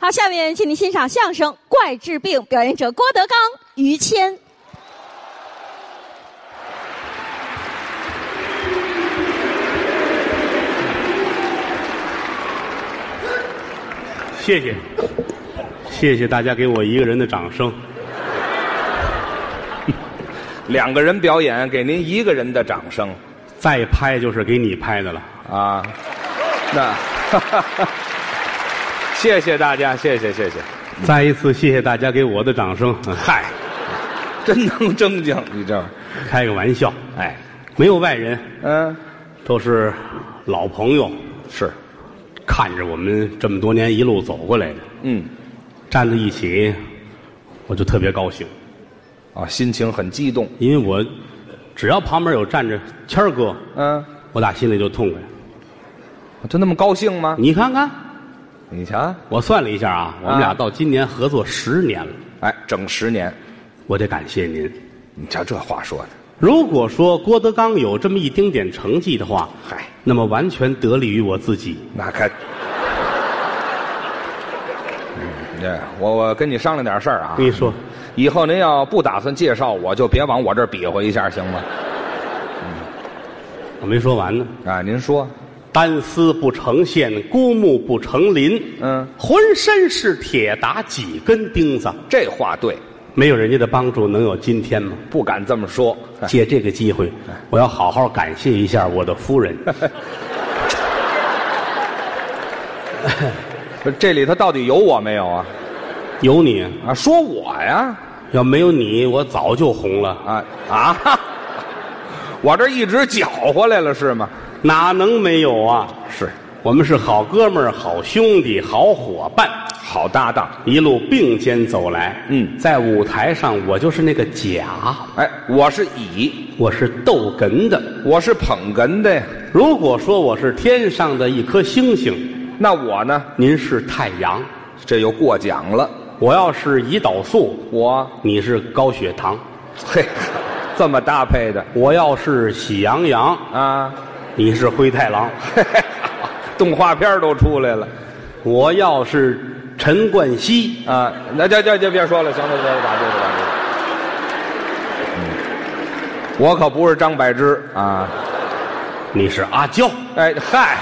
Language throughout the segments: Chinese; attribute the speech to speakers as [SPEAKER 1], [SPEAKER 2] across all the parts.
[SPEAKER 1] 好，下面请您欣赏相声《怪治病》，表演者郭德纲、于谦。
[SPEAKER 2] 谢谢，谢谢大家给我一个人的掌声。
[SPEAKER 3] 两个人表演，给您一个人的掌声
[SPEAKER 2] 再拍就是给你拍的了，
[SPEAKER 3] 啊！那， 谢谢大家，谢谢谢谢。
[SPEAKER 2] 再一次谢谢大家给我的掌声。啊
[SPEAKER 3] 嗨，真能正经，你这，
[SPEAKER 2] 开个玩笑，
[SPEAKER 3] 哎，
[SPEAKER 2] 没有外人，
[SPEAKER 3] 嗯，
[SPEAKER 2] 都是老朋友，
[SPEAKER 3] 是，
[SPEAKER 2] 看着我们这么多年一路走过来的，
[SPEAKER 3] 嗯，
[SPEAKER 2] 站在一起，我就特别高兴，
[SPEAKER 3] 啊，心情很激动，
[SPEAKER 2] 因为我只要旁边有站着谦儿哥，
[SPEAKER 3] 嗯，
[SPEAKER 2] 我打心里就痛快。
[SPEAKER 3] 就那么高兴吗？
[SPEAKER 2] 你看看，
[SPEAKER 3] 你瞧，
[SPEAKER 2] 我算了一下啊，我们俩到今年合作十年了，
[SPEAKER 3] 哎，整十年，
[SPEAKER 2] 我得感谢您。
[SPEAKER 3] 你瞧这话说的，
[SPEAKER 2] 如果说郭德纲有这么一丁点成绩的话，
[SPEAKER 3] 嗨，
[SPEAKER 2] 那么完全得力于我自己。
[SPEAKER 3] 那可。 嗯，对，我我跟你商量点事儿啊。
[SPEAKER 2] 跟你说，
[SPEAKER 3] 以后您要不打算介绍我，就别往我这儿比划一下，行吗？
[SPEAKER 2] 我没说完呢。
[SPEAKER 3] 啊，您说，
[SPEAKER 2] 单丝不成线，孤木不成林。
[SPEAKER 3] 嗯，
[SPEAKER 2] 浑身是铁，打几根钉子。
[SPEAKER 3] 这话对，
[SPEAKER 2] 没有人家的帮助，能有今天吗？
[SPEAKER 3] 不敢这么说。哎
[SPEAKER 2] 借这个机会，我要好好感谢一下我的夫人。
[SPEAKER 3] 不是这里头到底有我没有啊？
[SPEAKER 2] 有你，
[SPEAKER 3] 啊，说我呀，
[SPEAKER 2] 要没有你，我早就红了。
[SPEAKER 3] 啊啊，我这一直搅和来了是吗？
[SPEAKER 2] 哪能没有啊？
[SPEAKER 3] 是，
[SPEAKER 2] 我们是好哥们儿、好兄弟、好伙伴。
[SPEAKER 3] 好搭档。
[SPEAKER 2] 一路并肩走来。
[SPEAKER 3] 嗯
[SPEAKER 2] 在舞台上，我就是那个甲，
[SPEAKER 3] 哎，我是乙，
[SPEAKER 2] 我是逗哏的。
[SPEAKER 3] 我是捧哏的呀。
[SPEAKER 2] 如果说我是天上的一颗星星，
[SPEAKER 3] 那我呢？
[SPEAKER 2] 您是太阳；
[SPEAKER 3] 这又过奖了。
[SPEAKER 2] 我要是胰岛素，
[SPEAKER 3] 我，
[SPEAKER 2] 你是高血糖；
[SPEAKER 3] 嘿，这么搭配的
[SPEAKER 2] 我要是喜羊羊，
[SPEAKER 3] 啊，
[SPEAKER 2] 你是灰太狼；
[SPEAKER 3] 嘿嘿动画片儿都出来了。
[SPEAKER 2] 我要是陈冠希，
[SPEAKER 3] 啊，那就就就别说了，行了，行了，打住了，打住了。嗯，我可不是张柏芝啊！
[SPEAKER 2] 你是阿娇。
[SPEAKER 3] 哎嗨，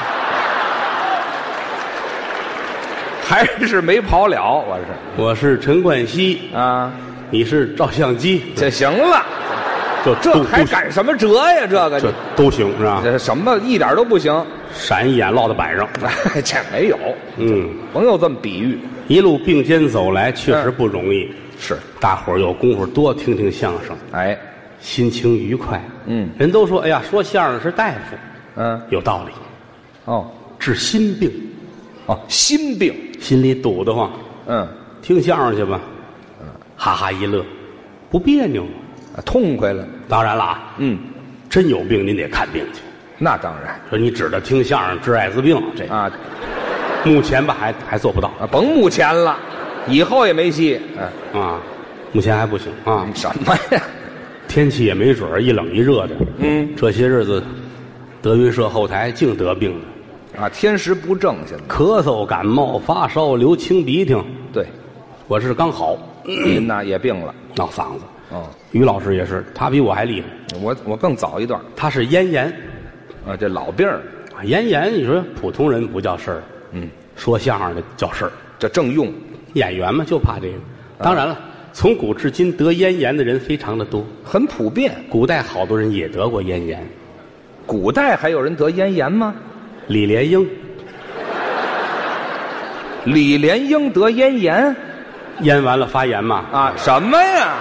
[SPEAKER 3] 还是没跑了，我是
[SPEAKER 2] 我是陈冠希，
[SPEAKER 3] 啊，
[SPEAKER 2] 你是照相机，
[SPEAKER 3] 这行了，
[SPEAKER 2] 就
[SPEAKER 3] 这
[SPEAKER 2] 都
[SPEAKER 3] 还赶什么折呀？这个
[SPEAKER 2] 这
[SPEAKER 3] 你
[SPEAKER 2] 都行是吧？
[SPEAKER 3] 这什么一点都不行，
[SPEAKER 2] 闪一眼落到板上，
[SPEAKER 3] 哎这没有，
[SPEAKER 2] 嗯。
[SPEAKER 3] 甭有这么比喻，
[SPEAKER 2] 一路并肩走来，确实不容易。
[SPEAKER 3] 是，
[SPEAKER 2] 大伙儿有功夫多听听相声，
[SPEAKER 3] 哎，
[SPEAKER 2] 心情愉快。
[SPEAKER 3] 嗯
[SPEAKER 2] 人都说，哎呀，说相声是大夫，
[SPEAKER 3] 嗯，
[SPEAKER 2] 有道理，
[SPEAKER 3] 哦
[SPEAKER 2] 治心病，
[SPEAKER 3] 哦，心病，
[SPEAKER 2] 心里堵得慌，
[SPEAKER 3] 嗯，
[SPEAKER 2] 听相声去吧，哈哈一乐，不别扭。
[SPEAKER 3] 啊痛快了，
[SPEAKER 2] 当然了啊，
[SPEAKER 3] 嗯，
[SPEAKER 2] 真有病您得看病去。
[SPEAKER 3] 那当然
[SPEAKER 2] 说你指着听相声治艾滋病，这
[SPEAKER 3] 啊。
[SPEAKER 2] 目前吧还还做不到
[SPEAKER 3] 啊，甭目前了，以后也没戏。
[SPEAKER 2] 啊，目前还不行啊
[SPEAKER 3] 嗯，。什么呀？
[SPEAKER 2] 天气也没准儿一冷一热的。
[SPEAKER 3] 嗯，
[SPEAKER 2] 这些日子，德云社后台净得病了，
[SPEAKER 3] 啊，天时不正，现在
[SPEAKER 2] 咳嗽、感冒、发烧、流清鼻涕。
[SPEAKER 3] 对，
[SPEAKER 2] 我是刚好
[SPEAKER 3] 您呐也病了。
[SPEAKER 2] 闹嗓子。
[SPEAKER 3] 哦，
[SPEAKER 2] 于老师也是，他比我还厉害，
[SPEAKER 3] 我我更早一段
[SPEAKER 2] 他是咽炎。
[SPEAKER 3] 啊，这老病儿
[SPEAKER 2] 啊咽炎，你说普通人不叫事儿，
[SPEAKER 3] 嗯，
[SPEAKER 2] 说相声的叫事儿。
[SPEAKER 3] 这正用
[SPEAKER 2] 演员嘛，就怕这个。当然了，从古至今得咽炎的人非常的多，
[SPEAKER 3] 很普遍。
[SPEAKER 2] 古代好多人也得过咽炎。
[SPEAKER 3] 古代还有人得咽炎吗？
[SPEAKER 2] 李莲英
[SPEAKER 3] 李莲英得咽炎
[SPEAKER 2] 咽完了发炎嘛，
[SPEAKER 3] 啊？什么呀？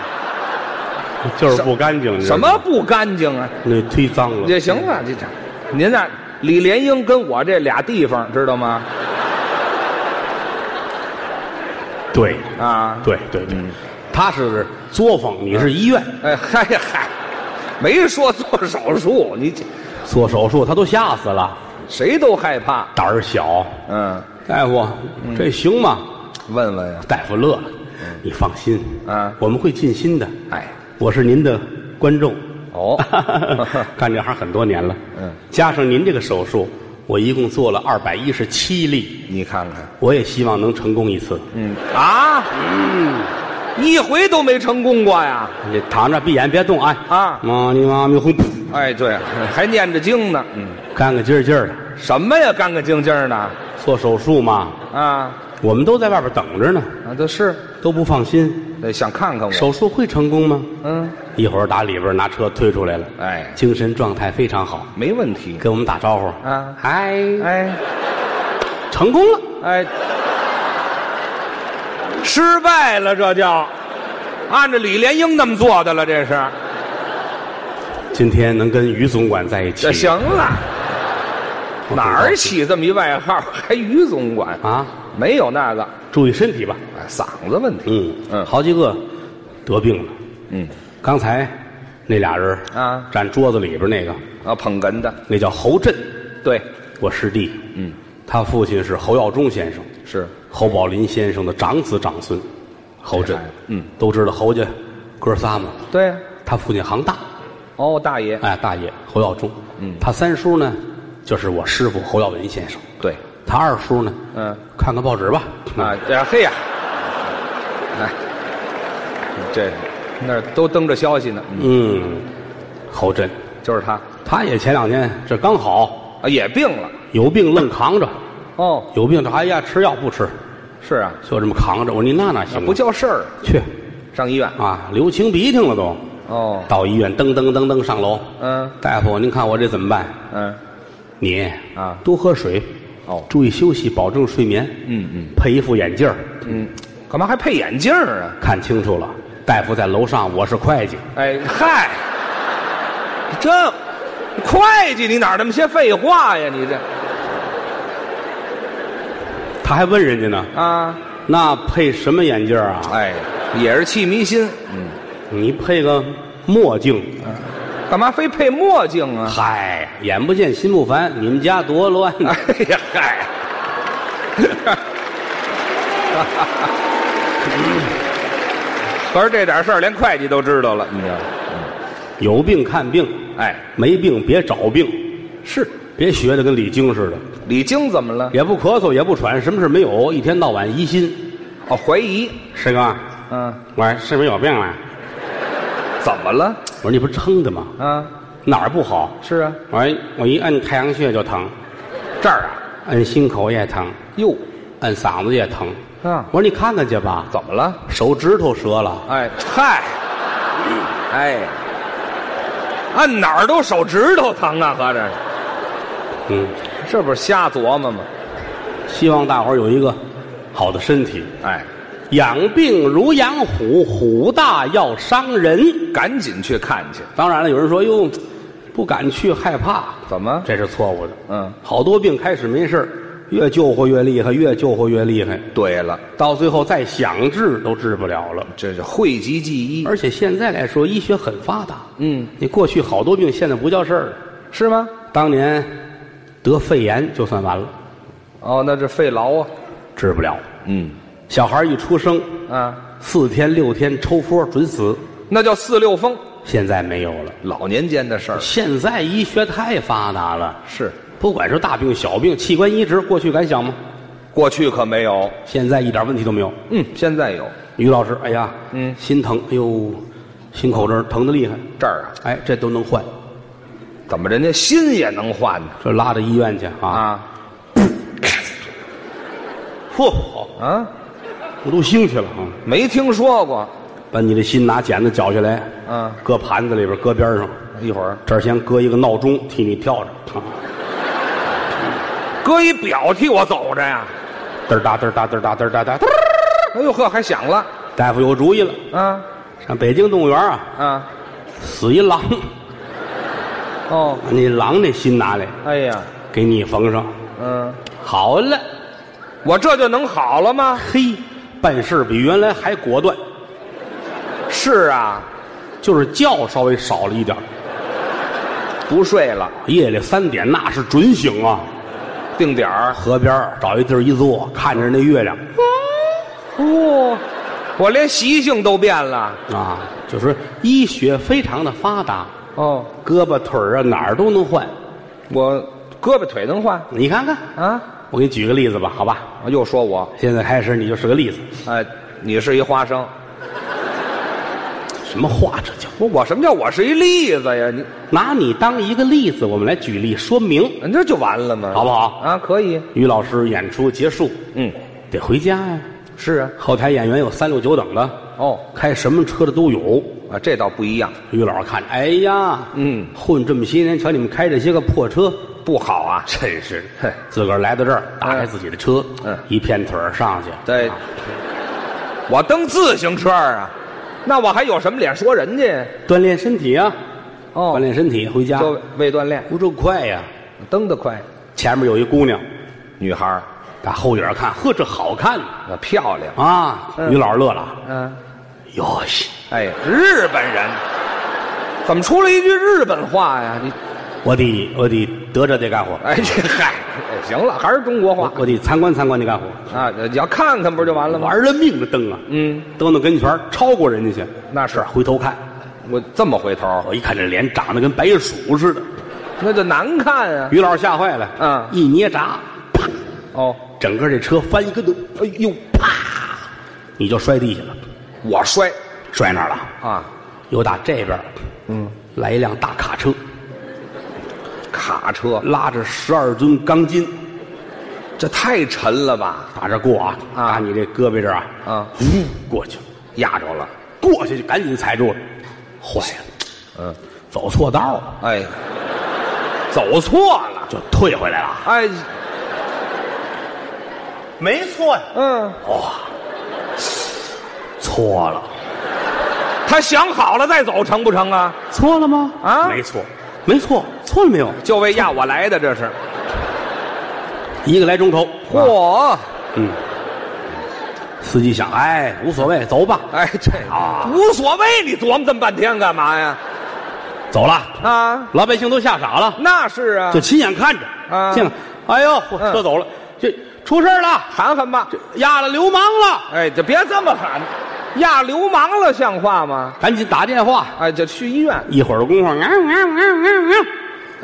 [SPEAKER 2] 就是不干净。你知道
[SPEAKER 3] 什
[SPEAKER 2] 吗
[SPEAKER 3] 么不干净啊？
[SPEAKER 2] 那忒脏了。
[SPEAKER 3] 也行啊，这这，您呐，李莲英跟我这俩地方知道吗？
[SPEAKER 2] 对，
[SPEAKER 3] 啊，
[SPEAKER 2] 对对对
[SPEAKER 3] 嗯，
[SPEAKER 2] 他是作坊，你是医院
[SPEAKER 3] 哎嗨嗨，没说做手术，你这
[SPEAKER 2] 做手术，他都吓死了，
[SPEAKER 3] 谁都害怕。
[SPEAKER 2] 胆儿小。
[SPEAKER 3] 嗯，
[SPEAKER 2] 大夫，这行吗？
[SPEAKER 3] 问问呀、
[SPEAKER 2] 大夫乐了，你放心，
[SPEAKER 3] 嗯啊
[SPEAKER 2] 我们会尽心的。
[SPEAKER 3] 哎，
[SPEAKER 2] 我是您的观众，
[SPEAKER 3] 哦
[SPEAKER 2] 干这行很多年了，
[SPEAKER 3] 嗯，
[SPEAKER 2] 加上您这个手术，我一共做了二百一十七例，
[SPEAKER 3] 你看看，
[SPEAKER 2] 我也希望能成功一次。
[SPEAKER 3] 嗯啊，一回都没成功过呀？
[SPEAKER 2] 你躺着闭眼别动啊！
[SPEAKER 3] 啊
[SPEAKER 2] 妈你妈咪哄，
[SPEAKER 3] 哎，对，还念着经呢，嗯，
[SPEAKER 2] 干干净儿净儿的。
[SPEAKER 3] 什么呀，干干净净的
[SPEAKER 2] 做手术嘛，
[SPEAKER 3] 啊？
[SPEAKER 2] 我们都在外边等着呢，
[SPEAKER 3] 啊，这是
[SPEAKER 2] 都不放心。
[SPEAKER 3] 得哎想看看我，
[SPEAKER 2] 手术会成功吗？
[SPEAKER 3] 嗯，
[SPEAKER 2] 一会儿打里边拿车推出来了，
[SPEAKER 3] 哎，
[SPEAKER 2] 精神状态非常好，
[SPEAKER 3] 没问题，
[SPEAKER 2] 跟我们打招呼。
[SPEAKER 3] 啊
[SPEAKER 2] 嗨，
[SPEAKER 3] 哎
[SPEAKER 2] 成功了。
[SPEAKER 3] 哎，失败了，这叫按照李莲英那么做的了，这是。
[SPEAKER 2] 今天能跟于总管在一起
[SPEAKER 3] 这，行了，
[SPEAKER 2] 我
[SPEAKER 3] 哪儿
[SPEAKER 2] 很高兴
[SPEAKER 3] 起这么一外号？还于总管？
[SPEAKER 2] 啊？
[SPEAKER 3] 没有那个，
[SPEAKER 2] 注意身体吧。
[SPEAKER 3] 哎嗓子问题。
[SPEAKER 2] 嗯
[SPEAKER 3] 嗯
[SPEAKER 2] 好几个得病了。
[SPEAKER 3] 嗯，
[SPEAKER 2] 刚才那俩人
[SPEAKER 3] 啊
[SPEAKER 2] 站桌子里边那个，
[SPEAKER 3] 啊，捧哏的，
[SPEAKER 2] 那叫侯震，
[SPEAKER 3] 对，
[SPEAKER 2] 我师弟。
[SPEAKER 3] 嗯，
[SPEAKER 2] 他父亲是侯耀中先生，
[SPEAKER 3] 是
[SPEAKER 2] 侯宝林先生的长子长孙，侯震
[SPEAKER 3] 这孩子。嗯，
[SPEAKER 2] 都知道侯家哥仨嘛。
[SPEAKER 3] 对呀、
[SPEAKER 2] 他父亲行大，
[SPEAKER 3] 哦，大爷，
[SPEAKER 2] 哎，大爷侯耀中。嗯，他三叔呢，就是我师傅侯耀文先生。
[SPEAKER 3] 对，
[SPEAKER 2] 他二叔呢，
[SPEAKER 3] 嗯
[SPEAKER 2] 看看报纸吧。
[SPEAKER 3] 啊，呀嘿呀，哎，这那儿都登着消息呢，
[SPEAKER 2] 嗯，
[SPEAKER 3] 嗯
[SPEAKER 2] 侯震，
[SPEAKER 3] 就是他
[SPEAKER 2] 他也前两天这刚好
[SPEAKER 3] 啊，也病了。
[SPEAKER 2] 有病愣扛着，
[SPEAKER 3] 哦，
[SPEAKER 2] 有病这哎呀吃药不吃，
[SPEAKER 3] 是啊，
[SPEAKER 2] 就这么扛着。我说你那哪行啊？
[SPEAKER 3] 不叫事儿，
[SPEAKER 2] 去
[SPEAKER 3] 上医院。
[SPEAKER 2] 啊，流清鼻涕了都。
[SPEAKER 3] 哦，
[SPEAKER 2] 到医院噔噔噔噔上楼，
[SPEAKER 3] 嗯
[SPEAKER 2] 大夫您看我这怎么办？
[SPEAKER 3] 嗯，
[SPEAKER 2] 你
[SPEAKER 3] 啊
[SPEAKER 2] 多喝水，
[SPEAKER 3] 哦，
[SPEAKER 2] 注意休息，保证睡眠。
[SPEAKER 3] 嗯嗯
[SPEAKER 2] 配一副眼镜儿
[SPEAKER 3] 嗯，干嘛还配眼镜儿啊？
[SPEAKER 2] 看清楚了。大夫在楼上，我是会计。
[SPEAKER 3] 哎嗨，这会计你哪儿那么些废话呀？你这
[SPEAKER 2] 他还问人家呢，
[SPEAKER 3] 啊，
[SPEAKER 2] 那配什么眼镜儿啊？
[SPEAKER 3] 哎，也是气迷心。嗯，
[SPEAKER 2] 你配个墨镜。
[SPEAKER 3] 干嘛非配墨镜啊？
[SPEAKER 2] 嗨，眼不见心不烦，你们家多乱呢
[SPEAKER 3] 哎！呀嗨，可是这点事儿连会计都知道了，你知道吗？
[SPEAKER 2] 有病看病，
[SPEAKER 3] 哎，
[SPEAKER 2] 没病别找病，
[SPEAKER 3] 是
[SPEAKER 2] 别学的跟李菁似的，
[SPEAKER 3] 李菁怎么了？
[SPEAKER 2] 也不咳嗽，也不喘，什么事没有，一天到晚疑心。
[SPEAKER 3] 哦，怀疑，
[SPEAKER 2] 师哥，
[SPEAKER 3] 嗯，
[SPEAKER 2] 我说是不是有病了？
[SPEAKER 3] 怎么了？
[SPEAKER 2] 我说你不是撑的吗？
[SPEAKER 3] 啊，
[SPEAKER 2] 哪儿不好？
[SPEAKER 3] 是啊，
[SPEAKER 2] 我说哎我一摁太阳穴就疼，
[SPEAKER 3] 这儿啊，
[SPEAKER 2] 摁心口也疼，
[SPEAKER 3] 哟，
[SPEAKER 2] 摁嗓子也疼。
[SPEAKER 3] 啊，
[SPEAKER 2] 我说你看看去吧，
[SPEAKER 3] 怎么了？
[SPEAKER 2] 手指头折了，
[SPEAKER 3] 哎，嗨，哎，按哪儿都手指头疼啊，合着
[SPEAKER 2] 嗯，
[SPEAKER 3] 这不是瞎琢磨吗？
[SPEAKER 2] 希望大伙儿有一个好的身体。
[SPEAKER 3] 哎，
[SPEAKER 2] 养病如养虎，虎大要伤人。
[SPEAKER 3] 赶紧去看去。
[SPEAKER 2] 当然了，有人说哟，不敢去，害怕，
[SPEAKER 3] 怎么？
[SPEAKER 2] 这是错误的。
[SPEAKER 3] 嗯，
[SPEAKER 2] 好多病开始没事儿越救活越厉害，越救活越厉害，
[SPEAKER 3] 对了，
[SPEAKER 2] 到最后再想治都治不了了。
[SPEAKER 3] 这是讳疾忌医，
[SPEAKER 2] 而且现在来说，医学很发达。
[SPEAKER 3] 嗯，
[SPEAKER 2] 你过去好多病现在不叫事儿了。
[SPEAKER 3] 是吗？
[SPEAKER 2] 当年得肺炎就算完了，
[SPEAKER 3] 哦，那这肺痨啊。
[SPEAKER 2] 治不了。
[SPEAKER 3] 嗯，
[SPEAKER 2] 小孩一出生，
[SPEAKER 3] 啊，
[SPEAKER 2] 四天六天抽风准死，
[SPEAKER 3] 那叫四六风，
[SPEAKER 2] 现在没有了。
[SPEAKER 3] 老年间的事儿。
[SPEAKER 2] 现在医学太发达了，
[SPEAKER 3] 是，
[SPEAKER 2] 不管是大病小病，器官移植，过去敢想吗？
[SPEAKER 3] 过去可没有。
[SPEAKER 2] 现在一点问题都没有。
[SPEAKER 3] 嗯，现在有
[SPEAKER 2] 于老师，哎呀，
[SPEAKER 3] 嗯
[SPEAKER 2] 心疼，哎呦，心口这儿疼的厉害，
[SPEAKER 3] 这儿啊，
[SPEAKER 2] 哎，这都能换，
[SPEAKER 3] 怎么人家心也能换呢？
[SPEAKER 2] 这拉到医院去啊！
[SPEAKER 3] 啊
[SPEAKER 2] 嚯、
[SPEAKER 3] 啊，
[SPEAKER 2] 我都兴起了啊！
[SPEAKER 3] 没听说过。
[SPEAKER 2] 把你的心拿剪子绞下来，
[SPEAKER 3] 嗯
[SPEAKER 2] 搁盘子里边，搁边上，
[SPEAKER 3] 一会儿
[SPEAKER 2] 这儿先搁一个闹钟替你跳着，啊
[SPEAKER 3] 搁一表替我走着 呀。
[SPEAKER 2] 嘚儿哒嘚儿哒嘚儿哒嘚儿哒哒嘚儿。
[SPEAKER 3] 哎呦呵，还响了
[SPEAKER 2] 大夫有主意了，
[SPEAKER 3] 啊
[SPEAKER 2] 上北京动物园啊，
[SPEAKER 3] 啊
[SPEAKER 2] 死一狼，
[SPEAKER 3] 哦，
[SPEAKER 2] 把那狼那心拿来，
[SPEAKER 3] 哎呀，
[SPEAKER 2] 给你缝上。
[SPEAKER 3] 嗯，
[SPEAKER 2] 好了，
[SPEAKER 3] 我这就能好了吗？
[SPEAKER 2] 嘿，办事比原来还果断，
[SPEAKER 3] 是啊，
[SPEAKER 2] 就是觉稍微少了一点儿，
[SPEAKER 3] 不睡了，
[SPEAKER 2] 夜里三点那是准醒啊。
[SPEAKER 3] 定点儿。
[SPEAKER 2] 河边儿找一地儿一坐，看着那月亮
[SPEAKER 3] 哦，我连习性都变了。
[SPEAKER 2] 啊，就是医学非常的发达，
[SPEAKER 3] 哦，
[SPEAKER 2] 胳膊腿儿啊哪儿都能换。
[SPEAKER 3] 我胳膊腿能换
[SPEAKER 2] 你看看，
[SPEAKER 3] 啊？
[SPEAKER 2] 我给你举个例子吧，好吧？
[SPEAKER 3] 又说我，
[SPEAKER 2] 现在开始你就是个例子，
[SPEAKER 3] 哎，你是一花生，
[SPEAKER 2] 什么话这叫？
[SPEAKER 3] 我我什么叫我是一例子呀？你
[SPEAKER 2] 拿你当一个例子，我们来举例说明，
[SPEAKER 3] 那就完了吗？
[SPEAKER 2] 好不好？
[SPEAKER 3] 啊，可以，
[SPEAKER 2] 于老师演出结束，
[SPEAKER 3] 嗯，
[SPEAKER 2] 得回家呀、
[SPEAKER 3] 是啊，
[SPEAKER 2] 后台演员有三六九等的，
[SPEAKER 3] 哦，
[SPEAKER 2] 开什么车的都有。
[SPEAKER 3] 啊，这倒不一样，
[SPEAKER 2] 于老师看，哎呀，
[SPEAKER 3] 嗯
[SPEAKER 2] 混这么些年，瞧你们开这些个破车，
[SPEAKER 3] 不好啊，
[SPEAKER 2] 真是的
[SPEAKER 3] 嘿
[SPEAKER 2] 自个儿来到这儿，打开自己的车，
[SPEAKER 3] 嗯
[SPEAKER 2] 一片腿儿上去，啊
[SPEAKER 3] 对，我蹬自行车啊，那我还有什么脸说人家呀？
[SPEAKER 2] 锻炼身体啊，
[SPEAKER 3] 哦
[SPEAKER 2] 锻炼身体，回家
[SPEAKER 3] 就未锻炼，
[SPEAKER 2] 不这快呀、
[SPEAKER 3] 蹬得快，
[SPEAKER 2] 前面有一姑娘，
[SPEAKER 3] 女孩儿
[SPEAKER 2] 打后眼儿看，呵，这好看呐
[SPEAKER 3] 那漂亮，
[SPEAKER 2] 啊！
[SPEAKER 3] 嗯
[SPEAKER 2] 于老师乐了，
[SPEAKER 3] 嗯，
[SPEAKER 2] 哟西，
[SPEAKER 3] 哎，日本人怎么出了一句日本话呀？你
[SPEAKER 2] 我得我得得着这干活，
[SPEAKER 3] 哎， 这嗨，哎行了，还是中国话
[SPEAKER 2] 我得参观参观这干活，
[SPEAKER 3] 啊，你要看看不就完了吗？
[SPEAKER 2] 玩了命的蹬啊，
[SPEAKER 3] 嗯，
[SPEAKER 2] 蹬到跟前儿超过人家去，
[SPEAKER 3] 那是
[SPEAKER 2] 回头看，
[SPEAKER 3] 我这么回头，
[SPEAKER 2] 我一看这脸长得跟白鼠似的，
[SPEAKER 3] 那就难看啊。
[SPEAKER 2] 于老师吓坏了，
[SPEAKER 3] 嗯
[SPEAKER 2] 一捏闸，啪，
[SPEAKER 3] 哦，
[SPEAKER 2] 整个这车翻一跟头，
[SPEAKER 3] 哎呦，
[SPEAKER 2] 你就摔地下了，
[SPEAKER 3] 我摔
[SPEAKER 2] 摔那儿了。
[SPEAKER 3] 啊，
[SPEAKER 2] 又打这边儿，
[SPEAKER 3] 嗯，
[SPEAKER 2] 来一辆大卡车，
[SPEAKER 3] 卡车
[SPEAKER 2] 拉着十二吨钢筋，
[SPEAKER 3] 这太沉了吧？
[SPEAKER 2] 打这过啊，
[SPEAKER 3] 啊
[SPEAKER 2] 打你这胳膊这儿啊，
[SPEAKER 3] 啊，
[SPEAKER 2] 呜过去了，
[SPEAKER 3] 压着了，
[SPEAKER 2] 过去就赶紧踩住了，坏了，
[SPEAKER 3] 嗯，
[SPEAKER 2] 走错道了，
[SPEAKER 3] 哎，走错了，
[SPEAKER 2] 就退回来了。
[SPEAKER 3] 哎，
[SPEAKER 2] 没错呀，
[SPEAKER 3] 嗯，
[SPEAKER 2] 错了，
[SPEAKER 3] 他想好了再走成不成啊？
[SPEAKER 2] 错了吗？
[SPEAKER 3] 啊
[SPEAKER 2] 没错，没错，错了没有？
[SPEAKER 3] 就为压我来的，这是。
[SPEAKER 2] 一个来钟头，啊，
[SPEAKER 3] 嚯，
[SPEAKER 2] 嗯，司机想，哎，无所谓，走吧，
[SPEAKER 3] 哎，这
[SPEAKER 2] 啊
[SPEAKER 3] 无所谓，你琢磨这么半天干嘛呀？
[SPEAKER 2] 走了，
[SPEAKER 3] 啊，
[SPEAKER 2] 老百姓都吓傻了，
[SPEAKER 3] 那是啊
[SPEAKER 2] 就，亲眼看着，
[SPEAKER 3] 啊
[SPEAKER 2] 见了，哎呦，嚯
[SPEAKER 3] 嗯
[SPEAKER 2] 车走了，这出事儿了。
[SPEAKER 3] 喊喊吧。
[SPEAKER 2] 压了流氓了，
[SPEAKER 3] 哎，就别这么喊，压流氓了，像话吗？
[SPEAKER 2] 赶紧打电话。
[SPEAKER 3] 哎，就去医院，
[SPEAKER 2] 一会儿的功夫，啊啊啊啊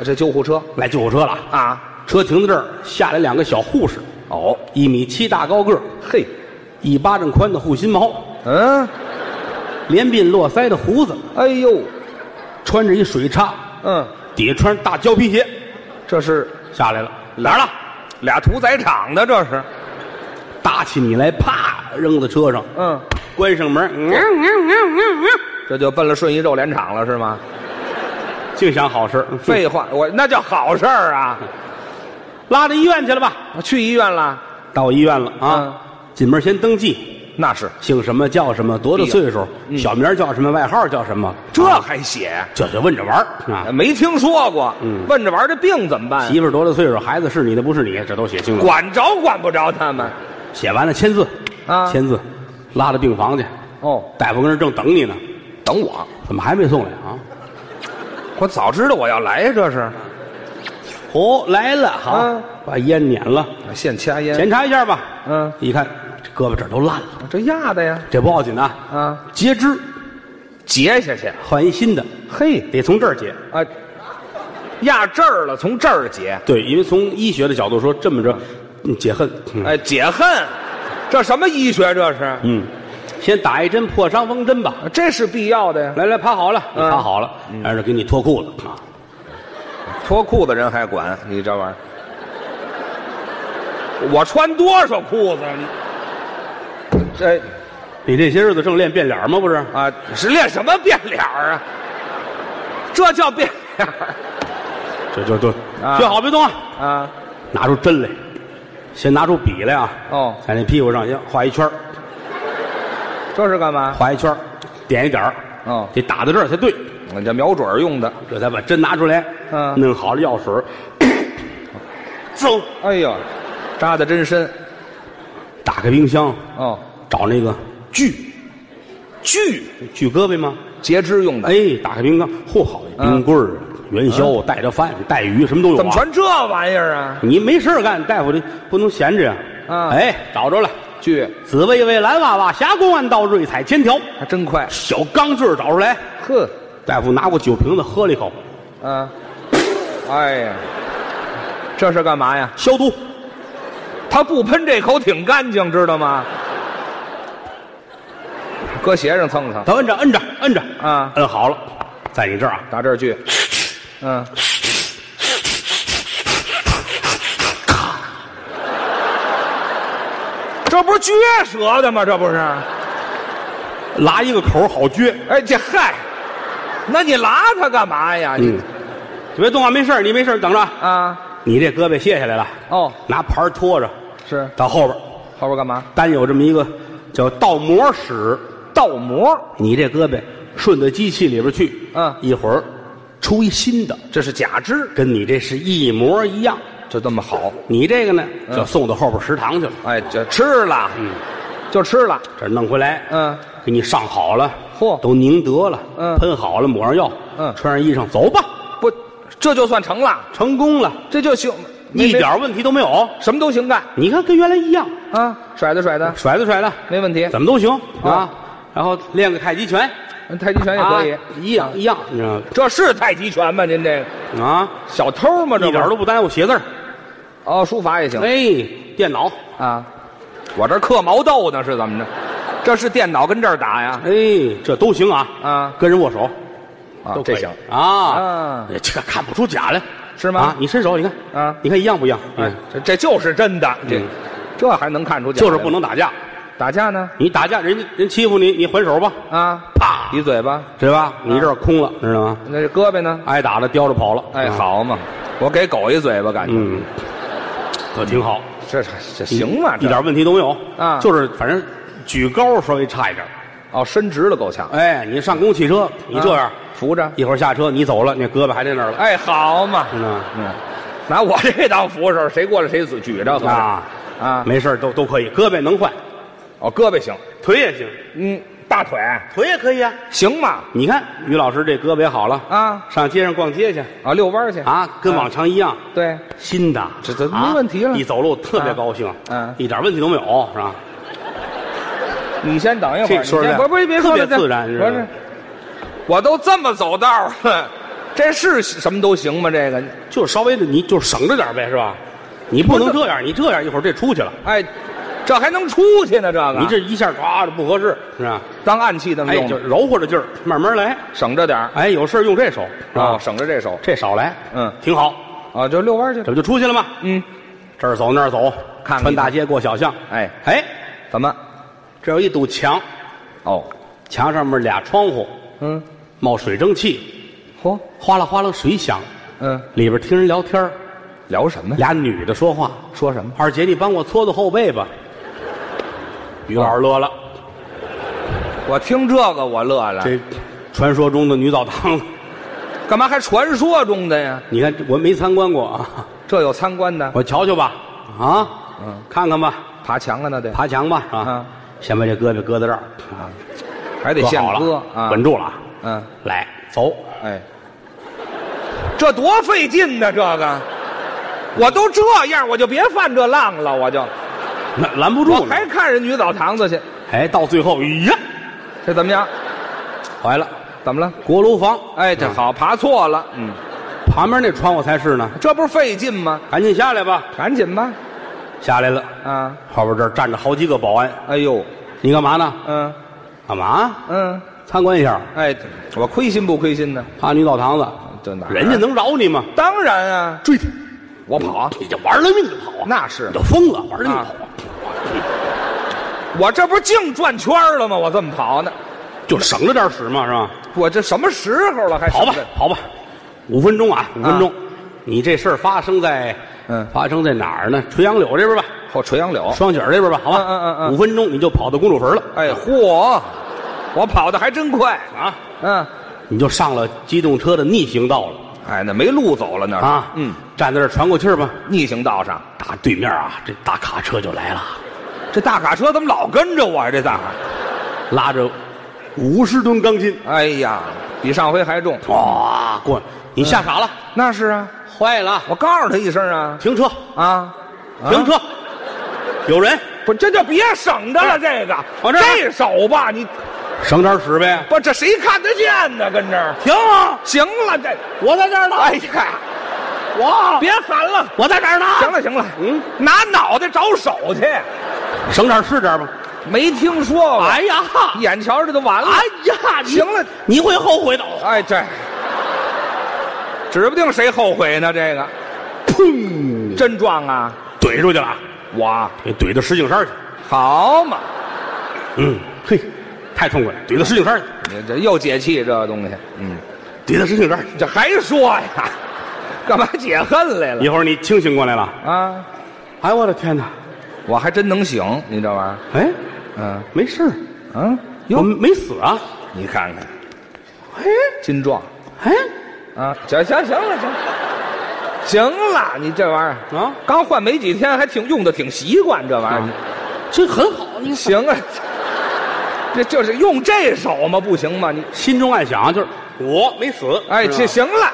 [SPEAKER 2] 啊
[SPEAKER 3] 这救护车
[SPEAKER 2] 来救护车了。
[SPEAKER 3] 啊，
[SPEAKER 2] 车停在这儿，下来两个小护士，
[SPEAKER 3] 哦，
[SPEAKER 2] 一米七大高个儿，
[SPEAKER 3] 嘿，
[SPEAKER 2] 一巴掌宽的护心毛，
[SPEAKER 3] 嗯，
[SPEAKER 2] 连鬓络腮的胡子，
[SPEAKER 3] 哎呦，
[SPEAKER 2] 穿着一水叉，
[SPEAKER 3] 嗯，
[SPEAKER 2] 底下穿着大胶皮鞋，
[SPEAKER 3] 这是
[SPEAKER 2] 下来了。哪儿了？
[SPEAKER 3] 俩屠宰场的，这是，
[SPEAKER 2] 搭起你来，啪扔在车上，
[SPEAKER 3] 嗯，
[SPEAKER 2] 关上门，啊嗯
[SPEAKER 3] 这就奔了顺义肉联厂了，是吗？
[SPEAKER 2] 净想好事。废，
[SPEAKER 3] 废话，我那叫好事儿啊，
[SPEAKER 2] 拉到医院去了吧？
[SPEAKER 3] 去医院了，
[SPEAKER 2] 到医院了啊，
[SPEAKER 3] 嗯
[SPEAKER 2] 进门先登记，
[SPEAKER 3] 那是，
[SPEAKER 2] 姓什么叫什么，多大岁数，小名叫什么，外号叫什么，
[SPEAKER 3] 哎
[SPEAKER 2] 啊
[SPEAKER 3] 这还写？
[SPEAKER 2] 这就问着玩儿啊。
[SPEAKER 3] 没听说过，
[SPEAKER 2] 嗯
[SPEAKER 3] 问着玩儿这病怎么办呀？
[SPEAKER 2] 媳妇儿多大岁数，孩子是你的不是你，这都写清楚。
[SPEAKER 3] 管着管不着他们，
[SPEAKER 2] 写完了签字，
[SPEAKER 3] 啊
[SPEAKER 2] 签字，拉到病房去。
[SPEAKER 3] 哦，
[SPEAKER 2] 大夫跟那儿正等你呢，
[SPEAKER 3] 等我，
[SPEAKER 2] 怎么还没送来啊？
[SPEAKER 3] 我早知道我要来，这是，
[SPEAKER 2] 哦，来了，好
[SPEAKER 3] 啊，
[SPEAKER 2] 把烟捻了，
[SPEAKER 3] 现掐烟，
[SPEAKER 2] 检查一下吧。
[SPEAKER 3] 嗯
[SPEAKER 2] 一看这胳膊这儿都烂了，
[SPEAKER 3] 这压的呀，
[SPEAKER 2] 这不要紧啊，
[SPEAKER 3] 啊，
[SPEAKER 2] 截肢，
[SPEAKER 3] 截下去，
[SPEAKER 2] 换一新的，
[SPEAKER 3] 嘿，
[SPEAKER 2] 得从这儿截。
[SPEAKER 3] 啊，压这儿了，从这儿解，
[SPEAKER 2] 对，因为从医学的角度说，这么着，嗯解恨。嗯
[SPEAKER 3] 哎，解恨，这什么医学？这是，
[SPEAKER 2] 嗯，先打一针破伤风针吧。
[SPEAKER 3] 啊这是必要的呀。
[SPEAKER 2] 来来，趴好了，你
[SPEAKER 3] 嗯
[SPEAKER 2] 趴好了，让人给你脱裤子啊！
[SPEAKER 3] 脱裤子人还管你这玩意儿？我穿多少裤子？啊你这
[SPEAKER 2] 你这些日子正练变脸吗？不是，
[SPEAKER 3] 啊，是练什么变脸儿啊？这叫变脸儿
[SPEAKER 2] 这就就
[SPEAKER 3] 啊
[SPEAKER 2] 学好别动啊！
[SPEAKER 3] 啊？
[SPEAKER 2] 拿出针来，先拿出笔来啊！
[SPEAKER 3] 哦
[SPEAKER 2] 在那屁股上先画一圈儿
[SPEAKER 3] 这是干嘛？
[SPEAKER 2] 画一圈儿点一点儿
[SPEAKER 3] 哦
[SPEAKER 2] 得打到这儿才对，
[SPEAKER 3] 我这瞄准儿用的。
[SPEAKER 2] 这才把针拿出来。
[SPEAKER 3] 嗯
[SPEAKER 2] 弄好了药水儿，走，
[SPEAKER 3] 哎呦，扎的真深
[SPEAKER 2] 打开冰箱，
[SPEAKER 3] 哦。
[SPEAKER 2] 找那个锯，
[SPEAKER 3] 锯
[SPEAKER 2] 锯胳膊吗？
[SPEAKER 3] 截肢用的，
[SPEAKER 2] 哎，打开冰箱，嚯，好一冰棍儿、啊元宵、带着饭、带鱼，什么都有、啊。
[SPEAKER 3] 嗯怎么全这玩意儿啊？
[SPEAKER 2] 你没事儿干，大夫这不能闲着呀。
[SPEAKER 3] 啊
[SPEAKER 2] 哎，找着了，
[SPEAKER 3] 锯
[SPEAKER 2] 紫薇薇、蓝娃娃、霞光万道、瑞彩千条，
[SPEAKER 3] 还真快，
[SPEAKER 2] 小钢锯儿找出来。
[SPEAKER 3] 呵，
[SPEAKER 2] 大夫拿过酒瓶子喝了一口，
[SPEAKER 3] 啊，哎呀，这是干嘛呀？
[SPEAKER 2] 消毒。
[SPEAKER 3] 他不喷这口挺干净，知道吗？搁鞋上蹭蹭，
[SPEAKER 2] 他摁着，摁着，摁着，
[SPEAKER 3] 啊
[SPEAKER 2] 摁好了，在你这儿啊，
[SPEAKER 3] 打这 儿去。嗯，这不是撅舌的吗？这不是？
[SPEAKER 2] 拉一个口儿好撅。
[SPEAKER 3] 哎，这嗨，那你拉他干嘛呀？你、
[SPEAKER 2] 嗯，别动啊，没事儿你没事儿等着啊。
[SPEAKER 3] 啊，
[SPEAKER 2] 你这胳膊卸下来了，
[SPEAKER 3] 哦，
[SPEAKER 2] 拿盘儿托着，
[SPEAKER 3] 是
[SPEAKER 2] 到后边儿
[SPEAKER 3] 后边干嘛？
[SPEAKER 2] 单有这么一个叫倒模室，
[SPEAKER 3] 倒模，
[SPEAKER 2] 你这胳膊顺到机器里边去，
[SPEAKER 3] 嗯
[SPEAKER 2] 一会儿出一新的，
[SPEAKER 3] 这是假肢，
[SPEAKER 2] 跟你这是一模一样。
[SPEAKER 3] 就这么好。
[SPEAKER 2] 你这个呢，
[SPEAKER 3] 嗯
[SPEAKER 2] 就送到后边食堂去了，
[SPEAKER 3] 哎，这吃了，
[SPEAKER 2] 嗯，
[SPEAKER 3] 就吃了。
[SPEAKER 2] 这儿弄回来，
[SPEAKER 3] 嗯，
[SPEAKER 2] 给你上好了，
[SPEAKER 3] 嚯
[SPEAKER 2] 都凝得了，
[SPEAKER 3] 嗯
[SPEAKER 2] 喷好了，抹上药，
[SPEAKER 3] 嗯
[SPEAKER 2] 穿上衣裳，走吧，
[SPEAKER 3] 不，这就算成了，
[SPEAKER 2] 成功了，
[SPEAKER 3] 这就行，没
[SPEAKER 2] 一点儿问题都没有。
[SPEAKER 3] 没什么都行干
[SPEAKER 2] 你看跟原来一样，
[SPEAKER 3] 啊，甩的甩的，
[SPEAKER 2] 甩的甩的，
[SPEAKER 3] 没问题。
[SPEAKER 2] 怎么都行
[SPEAKER 3] 啊
[SPEAKER 2] 啊。然后练个太极拳
[SPEAKER 3] 太极拳也可以，嗯
[SPEAKER 2] 啊一样一样，你知道吗？
[SPEAKER 3] 这是太极拳吗？您这个
[SPEAKER 2] 啊，
[SPEAKER 3] 小偷吗？这
[SPEAKER 2] 一
[SPEAKER 3] 不
[SPEAKER 2] 点儿
[SPEAKER 3] 是
[SPEAKER 2] 都不耽误写字儿。
[SPEAKER 3] 哦，书法也行、
[SPEAKER 2] 哎，电脑，
[SPEAKER 3] 啊。我这刻毛豆呢，是怎么着？这是电脑跟这儿打呀？
[SPEAKER 2] 哎，这都行啊
[SPEAKER 3] 啊
[SPEAKER 2] 跟人握手
[SPEAKER 3] 啊
[SPEAKER 2] 都，可
[SPEAKER 3] 这
[SPEAKER 2] 以
[SPEAKER 3] 行
[SPEAKER 2] 啊
[SPEAKER 3] 啊，
[SPEAKER 2] 这个看不出假来，
[SPEAKER 3] 是吗
[SPEAKER 2] 啊，你伸手，你看
[SPEAKER 3] 啊
[SPEAKER 2] 你看一样不一样？
[SPEAKER 3] 哎
[SPEAKER 2] 嗯，
[SPEAKER 3] 这这就是真的，这、
[SPEAKER 2] 嗯
[SPEAKER 3] 这还能看出假来？
[SPEAKER 2] 就是不能打架，
[SPEAKER 3] 打架呢
[SPEAKER 2] 你打架人家人欺负你，你还手吧，
[SPEAKER 3] 啊！
[SPEAKER 2] 啪，
[SPEAKER 3] 一啊嘴巴，
[SPEAKER 2] 对吧？你这儿空了，知道吗？
[SPEAKER 3] 那这胳膊呢？
[SPEAKER 2] 挨打的叼着跑了，
[SPEAKER 3] 哎，
[SPEAKER 2] 啊，
[SPEAKER 3] 好嘛，我给狗一嘴巴，感觉、
[SPEAKER 2] 嗯，可挺好，
[SPEAKER 3] 这这行吗？
[SPEAKER 2] 一
[SPEAKER 3] 这
[SPEAKER 2] 点问题都没有
[SPEAKER 3] 啊
[SPEAKER 2] 就是反正举高稍微差一点儿。
[SPEAKER 3] 哦，伸直了够呛。
[SPEAKER 2] 哎，你上公共汽车，你这样
[SPEAKER 3] 啊，扶着，
[SPEAKER 2] 一会儿下车你走了，那胳膊还在那儿了，
[SPEAKER 3] 哎，好嘛，
[SPEAKER 2] 知道吗？
[SPEAKER 3] 嗯，拿我这当扶手，谁过来谁举举着合着
[SPEAKER 2] 啊
[SPEAKER 3] 啊，
[SPEAKER 2] 没事儿都都可以，胳膊能换，
[SPEAKER 3] 哦，胳膊行，
[SPEAKER 2] 腿也行，
[SPEAKER 3] 嗯，大腿
[SPEAKER 2] 腿也可以啊。
[SPEAKER 3] 行嘛，
[SPEAKER 2] 你看于老师这胳膊也好了
[SPEAKER 3] 啊，
[SPEAKER 2] 上街上逛街去
[SPEAKER 3] 啊，遛弯儿去，
[SPEAKER 2] 啊，跟往常一样，
[SPEAKER 3] 对，
[SPEAKER 2] 新的，
[SPEAKER 3] 这这
[SPEAKER 2] 啊
[SPEAKER 3] 没问题了
[SPEAKER 2] 一走路特别高兴，
[SPEAKER 3] 嗯
[SPEAKER 2] 一点问题都没有，是吧？
[SPEAKER 3] 你先等一会
[SPEAKER 2] 这
[SPEAKER 3] 儿，
[SPEAKER 2] 说
[SPEAKER 3] 你
[SPEAKER 2] 实在
[SPEAKER 3] 先不不别说了，
[SPEAKER 2] 特别自然
[SPEAKER 3] 这
[SPEAKER 2] 是
[SPEAKER 3] 不
[SPEAKER 2] 吧
[SPEAKER 3] 是，我都这么走道了，这是什么都行吗？这个，
[SPEAKER 2] 就是稍微的，你就省着点呗，是吧？你不能这样，你这样一会儿这出去了，
[SPEAKER 3] 哎，这还能出去呢？这个，
[SPEAKER 2] 你这一下唰不合适，是吧？
[SPEAKER 3] 当暗器那么
[SPEAKER 2] 哎，
[SPEAKER 3] 用，
[SPEAKER 2] 就揉和着劲儿，慢慢来。
[SPEAKER 3] 省着点儿，
[SPEAKER 2] 哎，有事儿用这手是吧
[SPEAKER 3] 啊，省着这手，
[SPEAKER 2] 这少来，
[SPEAKER 3] 嗯
[SPEAKER 2] 挺好。
[SPEAKER 3] 啊，就遛弯儿去
[SPEAKER 2] 这，不就出去了吗？
[SPEAKER 3] 嗯，
[SPEAKER 2] 这儿走那儿走，
[SPEAKER 3] 看看
[SPEAKER 2] 穿大街过小巷。
[SPEAKER 3] 哎
[SPEAKER 2] 哎，
[SPEAKER 3] 怎么？
[SPEAKER 2] 这有一堵墙，
[SPEAKER 3] 哦，
[SPEAKER 2] 墙上面俩窗户
[SPEAKER 3] 嗯，
[SPEAKER 2] 冒水蒸气，
[SPEAKER 3] 嚯，
[SPEAKER 2] 哗啦哗啦水响，
[SPEAKER 3] 嗯，
[SPEAKER 2] 里边听人聊天儿
[SPEAKER 3] 聊什么呀？
[SPEAKER 2] 俩女的说话。
[SPEAKER 3] 说什么？
[SPEAKER 2] 二姐，你帮我搓搓后背吧。于老师乐了，
[SPEAKER 3] 我听这个我乐了，
[SPEAKER 2] 这传说中的女澡堂子，
[SPEAKER 3] 干嘛还传说中的呀？
[SPEAKER 2] 你看我没参观过啊，
[SPEAKER 3] 这有参观的，
[SPEAKER 2] 我瞧瞧吧，啊，
[SPEAKER 3] 嗯，
[SPEAKER 2] 看看吧，
[SPEAKER 3] 爬墙啊，那得
[SPEAKER 2] 爬墙吧
[SPEAKER 3] 嗯
[SPEAKER 2] 啊，先把这胳膊搁在这儿，啊，
[SPEAKER 3] 还得
[SPEAKER 2] 搁
[SPEAKER 3] 现
[SPEAKER 2] 好
[SPEAKER 3] 割
[SPEAKER 2] 了
[SPEAKER 3] 啊，
[SPEAKER 2] 稳，住了啊，
[SPEAKER 3] 嗯，
[SPEAKER 2] 来走，
[SPEAKER 3] 哎，这多费劲呢，这个，我都这样，我就别犯这浪了，我就，
[SPEAKER 2] 那拦不
[SPEAKER 3] 我
[SPEAKER 2] 住呢，
[SPEAKER 3] 还看人女澡堂子去，
[SPEAKER 2] 哎，到最后，咦呀，
[SPEAKER 3] 这怎么样？
[SPEAKER 2] 坏了，
[SPEAKER 3] 怎么了？
[SPEAKER 2] 锅炉房，
[SPEAKER 3] 哎，这好，爬错了，嗯，
[SPEAKER 2] 旁边那窗户才是呢，
[SPEAKER 3] 这不是费劲吗？
[SPEAKER 2] 赶紧下来吧，
[SPEAKER 3] 赶紧吧，
[SPEAKER 2] 下来了，
[SPEAKER 3] 啊，
[SPEAKER 2] 后边这儿站着好几个保安，
[SPEAKER 3] 哎呦，
[SPEAKER 2] 你干嘛呢？
[SPEAKER 3] 嗯
[SPEAKER 2] 干嘛？
[SPEAKER 3] 嗯，
[SPEAKER 2] 参观一下，
[SPEAKER 3] 哎，我亏心不亏心呢？
[SPEAKER 2] 怕女澡堂子，
[SPEAKER 3] 这哪儿啊
[SPEAKER 2] 人家能饶你吗？
[SPEAKER 3] 当然啊，
[SPEAKER 2] 追他，
[SPEAKER 3] 我跑啊，
[SPEAKER 2] 你就玩了命的跑啊，
[SPEAKER 3] 那是
[SPEAKER 2] 你。都疯了，玩了命地跑啊，
[SPEAKER 3] 我这不是净转圈儿了吗？我这么跑呢，
[SPEAKER 2] 就省着点使嘛，是吧？
[SPEAKER 3] 我这什么时候了还
[SPEAKER 2] 跑吧
[SPEAKER 3] 省着，
[SPEAKER 2] 跑吧，五分钟啊，五分钟。你这事儿发生在，
[SPEAKER 3] 嗯
[SPEAKER 2] 发生在哪儿呢？垂杨柳这边吧，
[SPEAKER 3] 后垂杨 柳，
[SPEAKER 2] 双井这边吧，好吧，
[SPEAKER 3] 嗯嗯嗯嗯
[SPEAKER 2] 五分钟你就跑到公主坟了，
[SPEAKER 3] 哎嚯，我跑的还真快，
[SPEAKER 2] 啊，
[SPEAKER 3] 嗯，
[SPEAKER 2] 你就上了机动车的逆行道了
[SPEAKER 3] 哎，那没路走了那是
[SPEAKER 2] 啊，
[SPEAKER 3] 嗯，，
[SPEAKER 2] 站在这儿喘口气儿吧，
[SPEAKER 3] 逆行道上，
[SPEAKER 2] 打对面啊，这大卡车就来了，
[SPEAKER 3] 这大卡车怎么老跟着我啊呀、这大卡，
[SPEAKER 2] 拉着五十吨钢筋，
[SPEAKER 3] 哎呀，比上回还重，
[SPEAKER 2] 哇，过来，你吓傻了，
[SPEAKER 3] 那是啊，
[SPEAKER 2] 坏了，
[SPEAKER 3] 我告诉他一声啊，
[SPEAKER 2] 停车，
[SPEAKER 3] 啊，啊
[SPEAKER 2] 停，车，有人，
[SPEAKER 3] 不，这就别省着了，这个，
[SPEAKER 2] 哎往这儿啊
[SPEAKER 3] 这手吧，你
[SPEAKER 2] 省点使呗，
[SPEAKER 3] 不这谁看得见呢？跟这儿，
[SPEAKER 2] 停啊，
[SPEAKER 3] 行了，这
[SPEAKER 2] 我在这儿呢，
[SPEAKER 3] 哎呀，
[SPEAKER 2] 我
[SPEAKER 3] 别烦了，
[SPEAKER 2] 我在这儿呢。
[SPEAKER 3] 行了，行了，
[SPEAKER 2] 嗯，
[SPEAKER 3] 拿脑袋找手去，
[SPEAKER 2] 省点儿是点儿吧。
[SPEAKER 3] 没听说过，
[SPEAKER 2] 哎呀，
[SPEAKER 3] 眼瞧着就完了，
[SPEAKER 2] 哎呀，你
[SPEAKER 3] 行了，
[SPEAKER 2] 你会后悔的。哦
[SPEAKER 3] 哎这，指不定谁后悔呢，这个
[SPEAKER 2] 砰，
[SPEAKER 3] 真撞啊，
[SPEAKER 2] 怼出去了啊，
[SPEAKER 3] 我
[SPEAKER 2] 给怼到石景山去。
[SPEAKER 3] 好嘛，
[SPEAKER 2] 嗯，嘿，太痛快了，怼到石景山去，
[SPEAKER 3] 你这又解气这东西，嗯，
[SPEAKER 2] 怼到石景山去。
[SPEAKER 3] 这还说呀， 干嘛解恨来了
[SPEAKER 2] 一会儿你清醒过来了，
[SPEAKER 3] 啊？
[SPEAKER 2] 哎，我的天哪！
[SPEAKER 3] 我还真能醒，你这玩意
[SPEAKER 2] 哎，
[SPEAKER 3] 儿，嗯
[SPEAKER 2] 没事儿，
[SPEAKER 3] 嗯，
[SPEAKER 2] 我
[SPEAKER 3] 哟，
[SPEAKER 2] 没死啊。
[SPEAKER 3] 你看看
[SPEAKER 2] 哎
[SPEAKER 3] 金壮
[SPEAKER 2] 哎
[SPEAKER 3] 啊，行行行了行了。行了，你这玩意儿
[SPEAKER 2] 啊，
[SPEAKER 3] 刚换没几天，还挺用的挺习惯，这玩意儿。
[SPEAKER 2] 哎这很好，你
[SPEAKER 3] 行啊，这就是用这手嘛，不行吗？你
[SPEAKER 2] 心中暗想啊就是我没死。
[SPEAKER 3] 哎，
[SPEAKER 2] 知
[SPEAKER 3] 这
[SPEAKER 2] 道
[SPEAKER 3] 行了，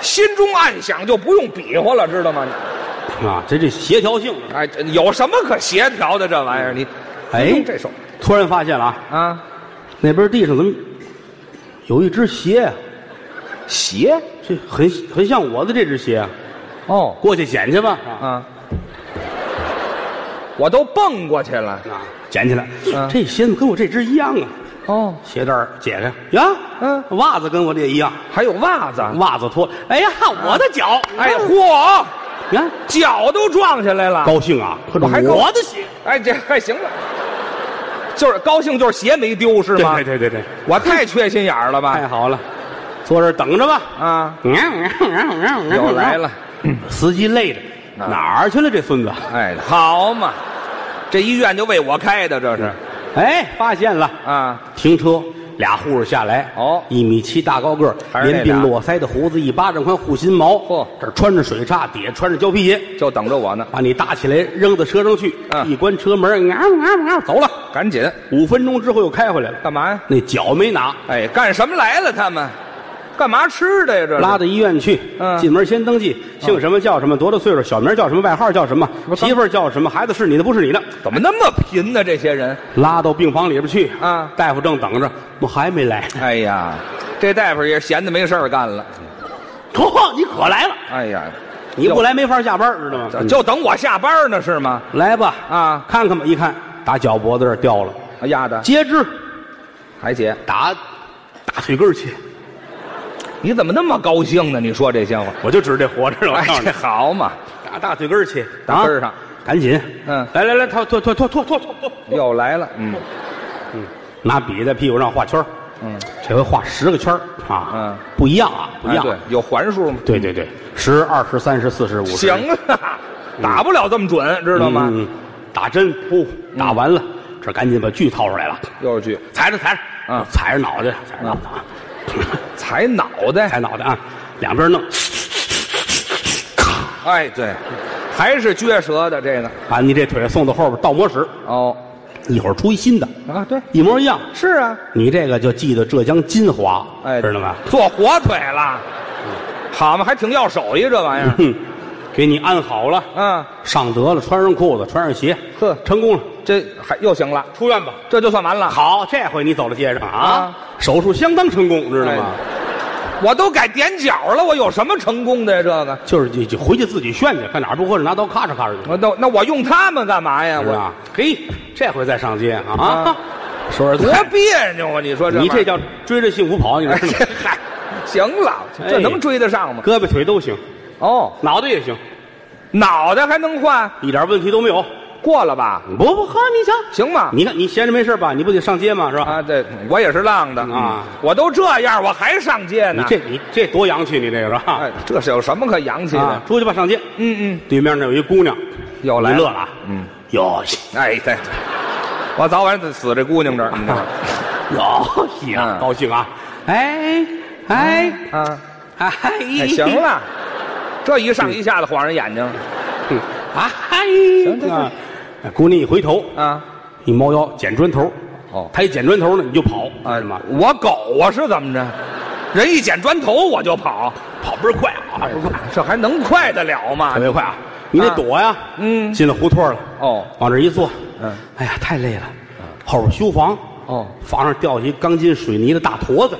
[SPEAKER 3] 心中暗想就不用比划了，知道吗？你
[SPEAKER 2] 吗啊，这这协调性。
[SPEAKER 3] 哎，这有什么可协调的这玩意儿？你
[SPEAKER 2] 哎
[SPEAKER 3] 用这手
[SPEAKER 2] 突然发现了啊，
[SPEAKER 3] 啊，
[SPEAKER 2] 那边地上怎么有一只鞋啊？
[SPEAKER 3] 鞋
[SPEAKER 2] 这很很像我的这只鞋啊，
[SPEAKER 3] 哦
[SPEAKER 2] 过去捡去吧。啊
[SPEAKER 3] 啊，我都蹦过去了
[SPEAKER 2] 啊，捡起来
[SPEAKER 3] 嗯，
[SPEAKER 2] 这鞋怎么跟我这只一样啊？
[SPEAKER 3] 哦，
[SPEAKER 2] 鞋带儿解开呀，
[SPEAKER 3] 嗯，啊
[SPEAKER 2] 袜子跟我这一样，
[SPEAKER 3] 还有袜子，
[SPEAKER 2] 袜子脱了，哎呀，我的脚，
[SPEAKER 3] 哎，嚯，
[SPEAKER 2] 你看
[SPEAKER 3] 脚都撞下来了，
[SPEAKER 2] 高兴啊，
[SPEAKER 3] 啊我还高
[SPEAKER 2] 我的鞋，
[SPEAKER 3] 哎，这还行了，就是高兴，就是鞋没丢是吗？
[SPEAKER 2] 对对对对，哎
[SPEAKER 3] 我太缺心眼儿了吧？
[SPEAKER 2] 太好了，坐这儿等着吧。
[SPEAKER 3] 啊，又
[SPEAKER 2] 又
[SPEAKER 3] 来了，，
[SPEAKER 2] 嗯司机累着，
[SPEAKER 3] 啊
[SPEAKER 2] 哪儿去了这孙子？
[SPEAKER 3] 哎，好嘛，这医院就为我开的，这是
[SPEAKER 2] 哎，发现了，
[SPEAKER 3] 啊，
[SPEAKER 2] 停车，俩护士下来，
[SPEAKER 3] 哦
[SPEAKER 2] 一米七大高个儿
[SPEAKER 3] 还，是那
[SPEAKER 2] 连鬓
[SPEAKER 3] 俩
[SPEAKER 2] 络腮的胡子，一巴掌宽护心毛，
[SPEAKER 3] 嚯
[SPEAKER 2] 这儿穿着水叉，底下穿着胶皮鞋，
[SPEAKER 3] 就等着我呢，
[SPEAKER 2] 把你搭起来扔到车上去，
[SPEAKER 3] 嗯
[SPEAKER 2] 一关车门，啊啊啊，走了。
[SPEAKER 3] 赶紧
[SPEAKER 2] 五分钟之后又开回来了，
[SPEAKER 3] 干嘛呀？
[SPEAKER 2] 那脚没拿，
[SPEAKER 3] 哎，干什么来了？他们干嘛吃的呀？这是
[SPEAKER 2] 拉到医院去，
[SPEAKER 3] 嗯啊
[SPEAKER 2] 进门先登记，姓什么叫什么，多大岁数，小名叫什么，外号叫什么，媳妇儿叫什么，孩子是你的不是你的，
[SPEAKER 3] 怎么那么贫呢？这些人，
[SPEAKER 2] 拉到病房里边去。
[SPEAKER 3] 啊
[SPEAKER 2] 大夫正等着，我还没来。
[SPEAKER 3] 哎呀，这大夫也闲的没事儿干了，
[SPEAKER 2] 嚯，你可来了，
[SPEAKER 3] 哎呀，
[SPEAKER 2] 你不来没法下班，知道吗？
[SPEAKER 3] 就就等我下班呢是吗？
[SPEAKER 2] 来吧，
[SPEAKER 3] 啊，
[SPEAKER 2] 看看吧，一看打脚脖子这儿掉了，
[SPEAKER 3] 哎呀的，
[SPEAKER 2] 截肢，
[SPEAKER 3] 海姐，
[SPEAKER 2] 打大腿根儿去，
[SPEAKER 3] 你怎么那么高兴呢？你说这些话，
[SPEAKER 2] 我就指这活着了，我
[SPEAKER 3] 哎
[SPEAKER 2] 告诉，你
[SPEAKER 3] 这好嘛，
[SPEAKER 2] 打大腿根儿去，
[SPEAKER 3] 打根儿上
[SPEAKER 2] 啊，赶紧，
[SPEAKER 3] 嗯
[SPEAKER 2] 来来来，脱脱脱脱脱脱脱脱，
[SPEAKER 3] 又来了，嗯
[SPEAKER 2] 拿笔在屁股上画圈儿
[SPEAKER 3] 嗯
[SPEAKER 2] 这回画十个圈儿啊，
[SPEAKER 3] 嗯，
[SPEAKER 2] 不一样啊，不一
[SPEAKER 3] 哎
[SPEAKER 2] 样，
[SPEAKER 3] 对，有环数吗？
[SPEAKER 2] 对对对，十、二十、三十、四十、五十，嗯
[SPEAKER 3] 行啊，打不了这么准，知
[SPEAKER 2] 知嗯
[SPEAKER 3] 道吗？
[SPEAKER 2] 打针，噗，打完了，这赶紧把锯掏出来了，
[SPEAKER 3] 又是去
[SPEAKER 2] 踩着踩着，
[SPEAKER 3] 嗯
[SPEAKER 2] 踩着脑袋，踩着脑袋啊，
[SPEAKER 3] 踩脑袋，
[SPEAKER 2] 踩脑袋啊，两边弄，
[SPEAKER 3] 哎，对，还是撅舌的这个。
[SPEAKER 2] 把你这腿送到后边倒模室，
[SPEAKER 3] 哦，
[SPEAKER 2] 一会儿出一新的，
[SPEAKER 3] 啊，对，
[SPEAKER 2] 一模一样。
[SPEAKER 3] 是啊，
[SPEAKER 2] 你这个就记得浙江金华，
[SPEAKER 3] 哎，
[SPEAKER 2] 知道吧？？
[SPEAKER 3] 做火腿了，
[SPEAKER 2] 嗯
[SPEAKER 3] 好嘛，还挺要手艺这玩意儿。
[SPEAKER 2] 哼，给你安好了，
[SPEAKER 3] 嗯，
[SPEAKER 2] 上得了，穿上裤子，穿上鞋，
[SPEAKER 3] 呵
[SPEAKER 2] 成功了，
[SPEAKER 3] 这还又行了，
[SPEAKER 2] 出院吧。
[SPEAKER 3] 这就算完了。
[SPEAKER 2] 好，这回你走到街上啊
[SPEAKER 3] 啊，哎
[SPEAKER 2] 手术相当成功，知道吗？
[SPEAKER 3] 我都改踮脚了，我有什么成功的呀？这个，
[SPEAKER 2] 就是你，就回去自己炫去，看哪儿不合适拿刀咔嚓咔嚓去，
[SPEAKER 3] 我那那我用它们干嘛呀？
[SPEAKER 2] 是啊
[SPEAKER 3] 我
[SPEAKER 2] 吧？嘿，这回再上街啊啊
[SPEAKER 3] 啊！
[SPEAKER 2] 说实
[SPEAKER 3] 多
[SPEAKER 2] 在，
[SPEAKER 3] 别扭啊！你说这
[SPEAKER 2] 你
[SPEAKER 3] 玩意
[SPEAKER 2] 这
[SPEAKER 3] 儿，
[SPEAKER 2] 叫追着幸福跑，你
[SPEAKER 3] 哎
[SPEAKER 2] 知道
[SPEAKER 3] 这
[SPEAKER 2] 吗？
[SPEAKER 3] 嗨，行了，这
[SPEAKER 2] 哎
[SPEAKER 3] 能追得上吗？
[SPEAKER 2] 胳膊腿都行，
[SPEAKER 3] 哦，
[SPEAKER 2] 脑袋也行，
[SPEAKER 3] 脑袋还能换，
[SPEAKER 2] 一点问题都没有。
[SPEAKER 3] 过了吧？
[SPEAKER 2] 不不，呵，你瞧，
[SPEAKER 3] 行吗？
[SPEAKER 2] 你看你闲着没事吧？你不得上街吗？是吧？
[SPEAKER 3] 啊，对，我也是浪的
[SPEAKER 2] 啊
[SPEAKER 3] 我都这样，我还上街
[SPEAKER 2] 你
[SPEAKER 3] 呢。
[SPEAKER 2] 这你这多洋气，你这个是吧
[SPEAKER 3] 哎？，这是有什么可洋气
[SPEAKER 2] 啊
[SPEAKER 3] 的？，
[SPEAKER 2] 出去吧，上街。
[SPEAKER 3] 嗯
[SPEAKER 2] 对面那有一姑娘，
[SPEAKER 3] 又来
[SPEAKER 2] 你
[SPEAKER 3] 了
[SPEAKER 2] 乐了啊，
[SPEAKER 3] 嗯，
[SPEAKER 2] 哟西
[SPEAKER 3] 嗯，哎，对，我早晚得死这姑娘这儿，你知道吗？
[SPEAKER 2] 啊哟西啊，
[SPEAKER 3] 嗯
[SPEAKER 2] 高兴啊！哎 哎
[SPEAKER 3] 啊，
[SPEAKER 2] 哎，
[SPEAKER 3] 哎，行，了，这一上一下的晃人眼睛
[SPEAKER 2] 嗯哎，
[SPEAKER 3] 行行
[SPEAKER 2] 啊姑娘一回头，
[SPEAKER 3] 啊
[SPEAKER 2] 一猫腰捡砖头，
[SPEAKER 3] 哦哎
[SPEAKER 2] 她一捡砖头呢，你就跑，知道吗？
[SPEAKER 3] 我狗啊是怎么着？人一捡砖头我就跑，
[SPEAKER 2] 跑倍儿快啊，
[SPEAKER 3] 哎
[SPEAKER 2] 倍儿快，
[SPEAKER 3] 这还能快得了吗
[SPEAKER 2] 特？别快啊！你得躲呀，
[SPEAKER 3] 嗯
[SPEAKER 2] 进了胡同了，
[SPEAKER 3] 哦
[SPEAKER 2] 往这一坐，
[SPEAKER 3] 嗯，
[SPEAKER 2] 哎呀，太累了，后边修房，
[SPEAKER 3] 哦，
[SPEAKER 2] 房上掉下一钢筋水泥的大坨子，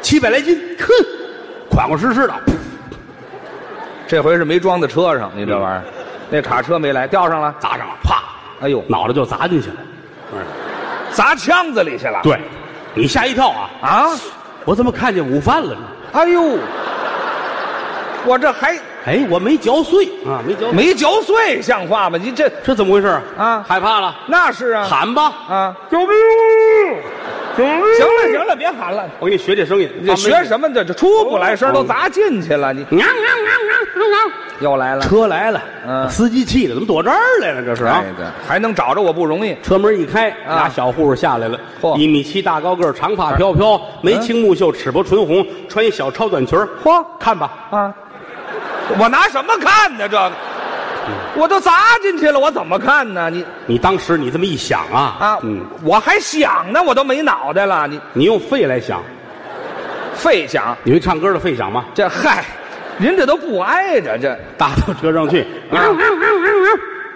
[SPEAKER 2] 七百来斤，哼，款款实实的，
[SPEAKER 3] 这回是没装在车上，你这玩意儿，
[SPEAKER 2] 嗯
[SPEAKER 3] 那卡车没来，吊上了，
[SPEAKER 2] 砸上了，啪，
[SPEAKER 3] 哎呦，
[SPEAKER 2] 脑袋就砸进去了。嗯
[SPEAKER 3] 砸腔子里去了。
[SPEAKER 2] 对，你吓一跳啊！
[SPEAKER 3] 啊，
[SPEAKER 2] 我怎么看见午饭了呢？
[SPEAKER 3] 哎呦，我这还
[SPEAKER 2] 哎，我没嚼碎啊，没嚼碎，
[SPEAKER 3] 没嚼碎，像话吗？你这
[SPEAKER 2] 这怎么回事
[SPEAKER 3] 啊
[SPEAKER 2] 害怕了，
[SPEAKER 3] 那是啊，
[SPEAKER 2] 喊吧！
[SPEAKER 3] 啊，
[SPEAKER 2] 救命！救命！
[SPEAKER 3] 行了行了，别喊了，
[SPEAKER 2] 我给你学这声音，
[SPEAKER 3] 你这学什么？这这出不来声，都砸进去了，你
[SPEAKER 2] 么？喵喵喵喵喵喵！
[SPEAKER 3] 又来了。
[SPEAKER 2] 车来了，
[SPEAKER 3] 嗯
[SPEAKER 2] 司机气的，怎么躲这儿来了？这是啊。
[SPEAKER 3] 哎，对，还能找着我不容易。
[SPEAKER 2] 车门一开，
[SPEAKER 3] 啊
[SPEAKER 2] 俩小护士下来了，
[SPEAKER 3] 嚯啊
[SPEAKER 2] 一米七大高个儿，长发飘飘，眉清目秀，齿薄唇红，穿一小超短裙儿
[SPEAKER 3] 嚯
[SPEAKER 2] 看吧，
[SPEAKER 3] 啊，我拿什么看呢？这个，我都砸进去了，我怎么看呢？你
[SPEAKER 2] 你当时你这么一想啊，
[SPEAKER 3] 啊，
[SPEAKER 2] 嗯，
[SPEAKER 3] 我还想呢，我都没脑袋了，你
[SPEAKER 2] 你用肺来想，
[SPEAKER 3] 费想
[SPEAKER 2] 你会唱歌的肺想吗？
[SPEAKER 3] 这嗨，您这都不挨着这
[SPEAKER 2] 搭到车上去，啊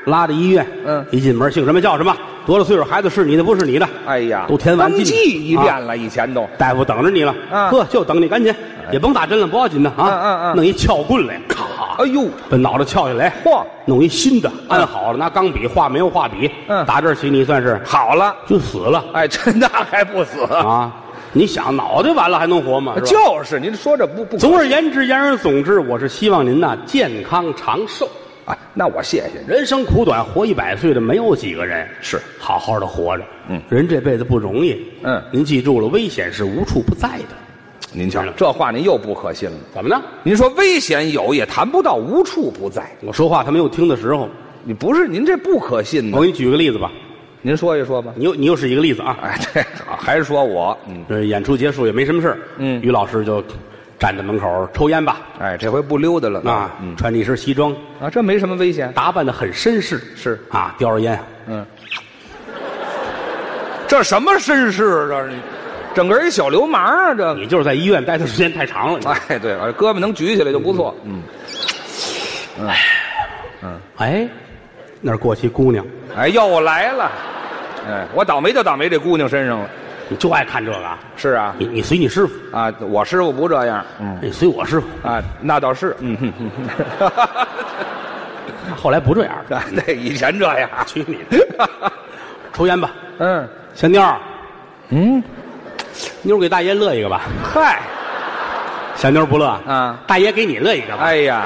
[SPEAKER 2] 拉着医院，
[SPEAKER 3] 啊嗯
[SPEAKER 2] 一进门姓什么叫什么，多大岁数孩子是你的不是你的，
[SPEAKER 3] 哎呀，
[SPEAKER 2] 都填完
[SPEAKER 3] 登
[SPEAKER 2] 进去
[SPEAKER 3] 记一遍
[SPEAKER 2] 啊
[SPEAKER 3] 了，以前都
[SPEAKER 2] 大夫等着你了，
[SPEAKER 3] 啊哎
[SPEAKER 2] 呵，就等你，赶紧，也甭打针了，不要紧的啊，
[SPEAKER 3] 嗯嗯嗯
[SPEAKER 2] 弄一撬棍来，咔，
[SPEAKER 3] 哎呦，
[SPEAKER 2] 把脑袋撬下来，
[SPEAKER 3] 嚯
[SPEAKER 2] 弄一新的，按好了，拿钢笔画眉毛画笔，
[SPEAKER 3] 嗯
[SPEAKER 2] 打这儿起你算是
[SPEAKER 3] 好了，
[SPEAKER 2] 就死了
[SPEAKER 3] 哎，这那还不死？
[SPEAKER 2] 啊！你想脑袋完了还能活吗？是吧
[SPEAKER 3] 就是您说这不不
[SPEAKER 2] 总而言之，言而总之，我是希望您呐健康长寿。
[SPEAKER 3] 啊，那我谢谢您。
[SPEAKER 2] 人生苦短，活一百岁的没有几个人
[SPEAKER 3] 是
[SPEAKER 2] 好好的活着。
[SPEAKER 3] 嗯
[SPEAKER 2] 人这辈子不容易。
[SPEAKER 3] 嗯
[SPEAKER 2] 您记住了，危险是无处不在的。
[SPEAKER 3] 您瞧，这话您又不可信了。
[SPEAKER 2] 怎么呢？
[SPEAKER 3] 您说危险有，也谈不到无处不在。
[SPEAKER 2] 我说话他没有听的时候。
[SPEAKER 3] 你不是您这不可信呢
[SPEAKER 2] 我？给你举个例子吧，
[SPEAKER 3] 您说一说吧。
[SPEAKER 2] 你又你又是一个例子啊。
[SPEAKER 3] 哎，这好，还是说我，嗯，
[SPEAKER 2] 呃，演出结束也没什么事儿
[SPEAKER 3] 嗯
[SPEAKER 2] 于老师就站在门口抽烟吧，
[SPEAKER 3] 哎，这回不溜达了
[SPEAKER 2] 啊，
[SPEAKER 3] 嗯
[SPEAKER 2] 穿着一身西装，
[SPEAKER 3] 啊，这没什么危险，
[SPEAKER 2] 打扮的很绅士，
[SPEAKER 3] 是
[SPEAKER 2] 啊，叼着烟，
[SPEAKER 3] 嗯。这什么绅士？这是，整个一小流氓啊！这
[SPEAKER 2] 你就是在医院待的时间太长了。 你
[SPEAKER 3] 哎，对，哎胳膊能举起来就不错。嗯，
[SPEAKER 2] 哎，那儿过去姑娘，
[SPEAKER 3] 哎，又来了，哎，我倒霉就倒霉这姑娘身上了。
[SPEAKER 2] 你就爱看这个啊？
[SPEAKER 3] 是啊，
[SPEAKER 2] 你你随你师傅，
[SPEAKER 3] 啊，我师傅不这样。嗯，
[SPEAKER 2] 你随我师傅。
[SPEAKER 3] 啊，那倒是。嗯哼哼哼，
[SPEAKER 2] 后来不这样了，
[SPEAKER 3] 啊对，以前这样。
[SPEAKER 2] 去你 的！抽烟吧，
[SPEAKER 3] 嗯
[SPEAKER 2] 小妞儿，
[SPEAKER 3] 嗯，
[SPEAKER 2] 妞儿给大爷乐一个吧。
[SPEAKER 3] 嗨，
[SPEAKER 2] 小妞儿不乐
[SPEAKER 3] 啊，
[SPEAKER 2] 大爷给你乐一个吧，
[SPEAKER 3] 哎呀，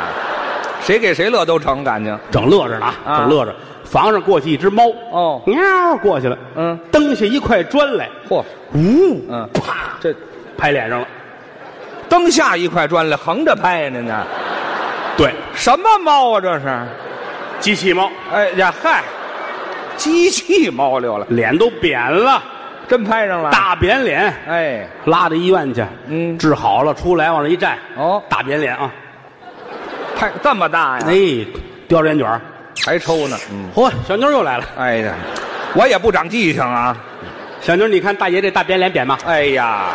[SPEAKER 3] 谁给谁乐都成，感情。
[SPEAKER 2] 整乐着呢
[SPEAKER 3] 啊
[SPEAKER 2] 啊，整乐着。房上过去一只猫，
[SPEAKER 3] 哦
[SPEAKER 2] 喵过去了，
[SPEAKER 3] 嗯，
[SPEAKER 2] 蹬下一块砖来，
[SPEAKER 3] 嚯，
[SPEAKER 2] 呜，
[SPEAKER 3] 嗯
[SPEAKER 2] 啪，
[SPEAKER 3] 这
[SPEAKER 2] 拍脸上了。
[SPEAKER 3] 灯下一块砖来，横着拍呢呢。
[SPEAKER 2] 对，
[SPEAKER 3] 什么猫啊这是？
[SPEAKER 2] 机器猫
[SPEAKER 3] 哎呀嗨，机器猫溜了，
[SPEAKER 2] 脸都扁了，
[SPEAKER 3] 真拍上了。
[SPEAKER 2] 大扁脸，
[SPEAKER 3] 哎，
[SPEAKER 2] 拉到医院去，
[SPEAKER 3] 啊嗯
[SPEAKER 2] 治好了出来往那一站，
[SPEAKER 3] 哦
[SPEAKER 2] 大扁脸啊，
[SPEAKER 3] 拍这么大呀？
[SPEAKER 2] 哎，叼着烟卷儿
[SPEAKER 3] 还抽呢。嗯，
[SPEAKER 2] 嚯，小妞儿又来了，
[SPEAKER 3] 哎呀，我也不长记性啊。
[SPEAKER 2] 小妞儿，你看大爷这大扁脸扁吗？
[SPEAKER 3] 哎呀，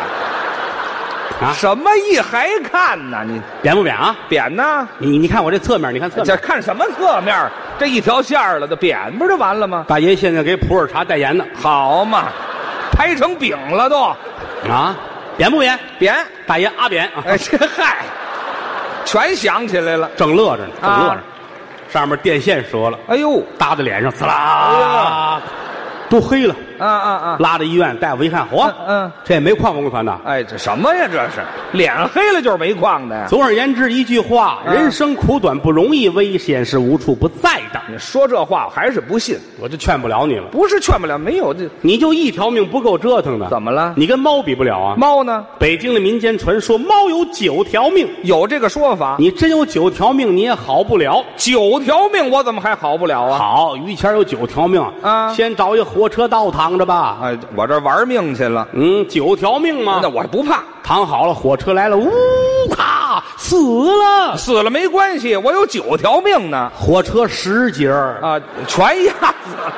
[SPEAKER 2] 啊，
[SPEAKER 3] 什么意还看呢？你
[SPEAKER 2] 扁不扁啊？
[SPEAKER 3] 扁呢？
[SPEAKER 2] 你你看我这侧面，你看侧
[SPEAKER 3] 这
[SPEAKER 2] 面，
[SPEAKER 3] 看什么侧面儿？这一条线儿了，这扁不就完了吗？
[SPEAKER 2] 大爷现在给普洱茶代言呢，
[SPEAKER 3] 好嘛，拍成饼了都，
[SPEAKER 2] 啊，扁不扁？
[SPEAKER 3] 扁。
[SPEAKER 2] 大爷阿扁啊，
[SPEAKER 3] 哎，这嗨，全想起来了。
[SPEAKER 2] 正乐着呢，正乐着呢
[SPEAKER 3] 啊，
[SPEAKER 2] 上面电线折了，
[SPEAKER 3] 哎呦，
[SPEAKER 2] 搭在脸上，呲
[SPEAKER 3] 哎
[SPEAKER 2] 啦
[SPEAKER 3] 呀，
[SPEAKER 2] 都黑了，
[SPEAKER 3] 啊啊啊！
[SPEAKER 2] 拉到医院，大夫一看，嚯
[SPEAKER 3] 嗯嗯，
[SPEAKER 2] 这也没矿工团的。
[SPEAKER 3] 哎，这什么呀？这是脸黑了就是煤矿的呀？
[SPEAKER 2] 总而言之，一句话，
[SPEAKER 3] 啊
[SPEAKER 2] 人生苦短，不容易，危险是无处不在的。
[SPEAKER 3] 你说这话我还是不信，
[SPEAKER 2] 我就劝不了你了，
[SPEAKER 3] 不是劝不了，没有这
[SPEAKER 2] 你就一条命不够折腾的。
[SPEAKER 3] 怎么了
[SPEAKER 2] 你跟猫比不了啊！
[SPEAKER 3] 猫呢？
[SPEAKER 2] 北京的民间传说，猫有九条命，
[SPEAKER 3] 有这个说法，
[SPEAKER 2] 你真有九条命，你也好不了。
[SPEAKER 3] 九条命我怎么还好不了啊？
[SPEAKER 2] 好，于谦有九条命
[SPEAKER 3] 啊
[SPEAKER 2] 先找一火车道躺着吧。
[SPEAKER 3] 哎，我这玩命去了，
[SPEAKER 2] 嗯，九条命嘛
[SPEAKER 3] 那，我不怕，
[SPEAKER 2] 躺好了，火车来了，呜咔，死了。
[SPEAKER 3] 死了没关系，我有九条命呢。
[SPEAKER 2] 火车十节儿
[SPEAKER 3] 啊，全压死了，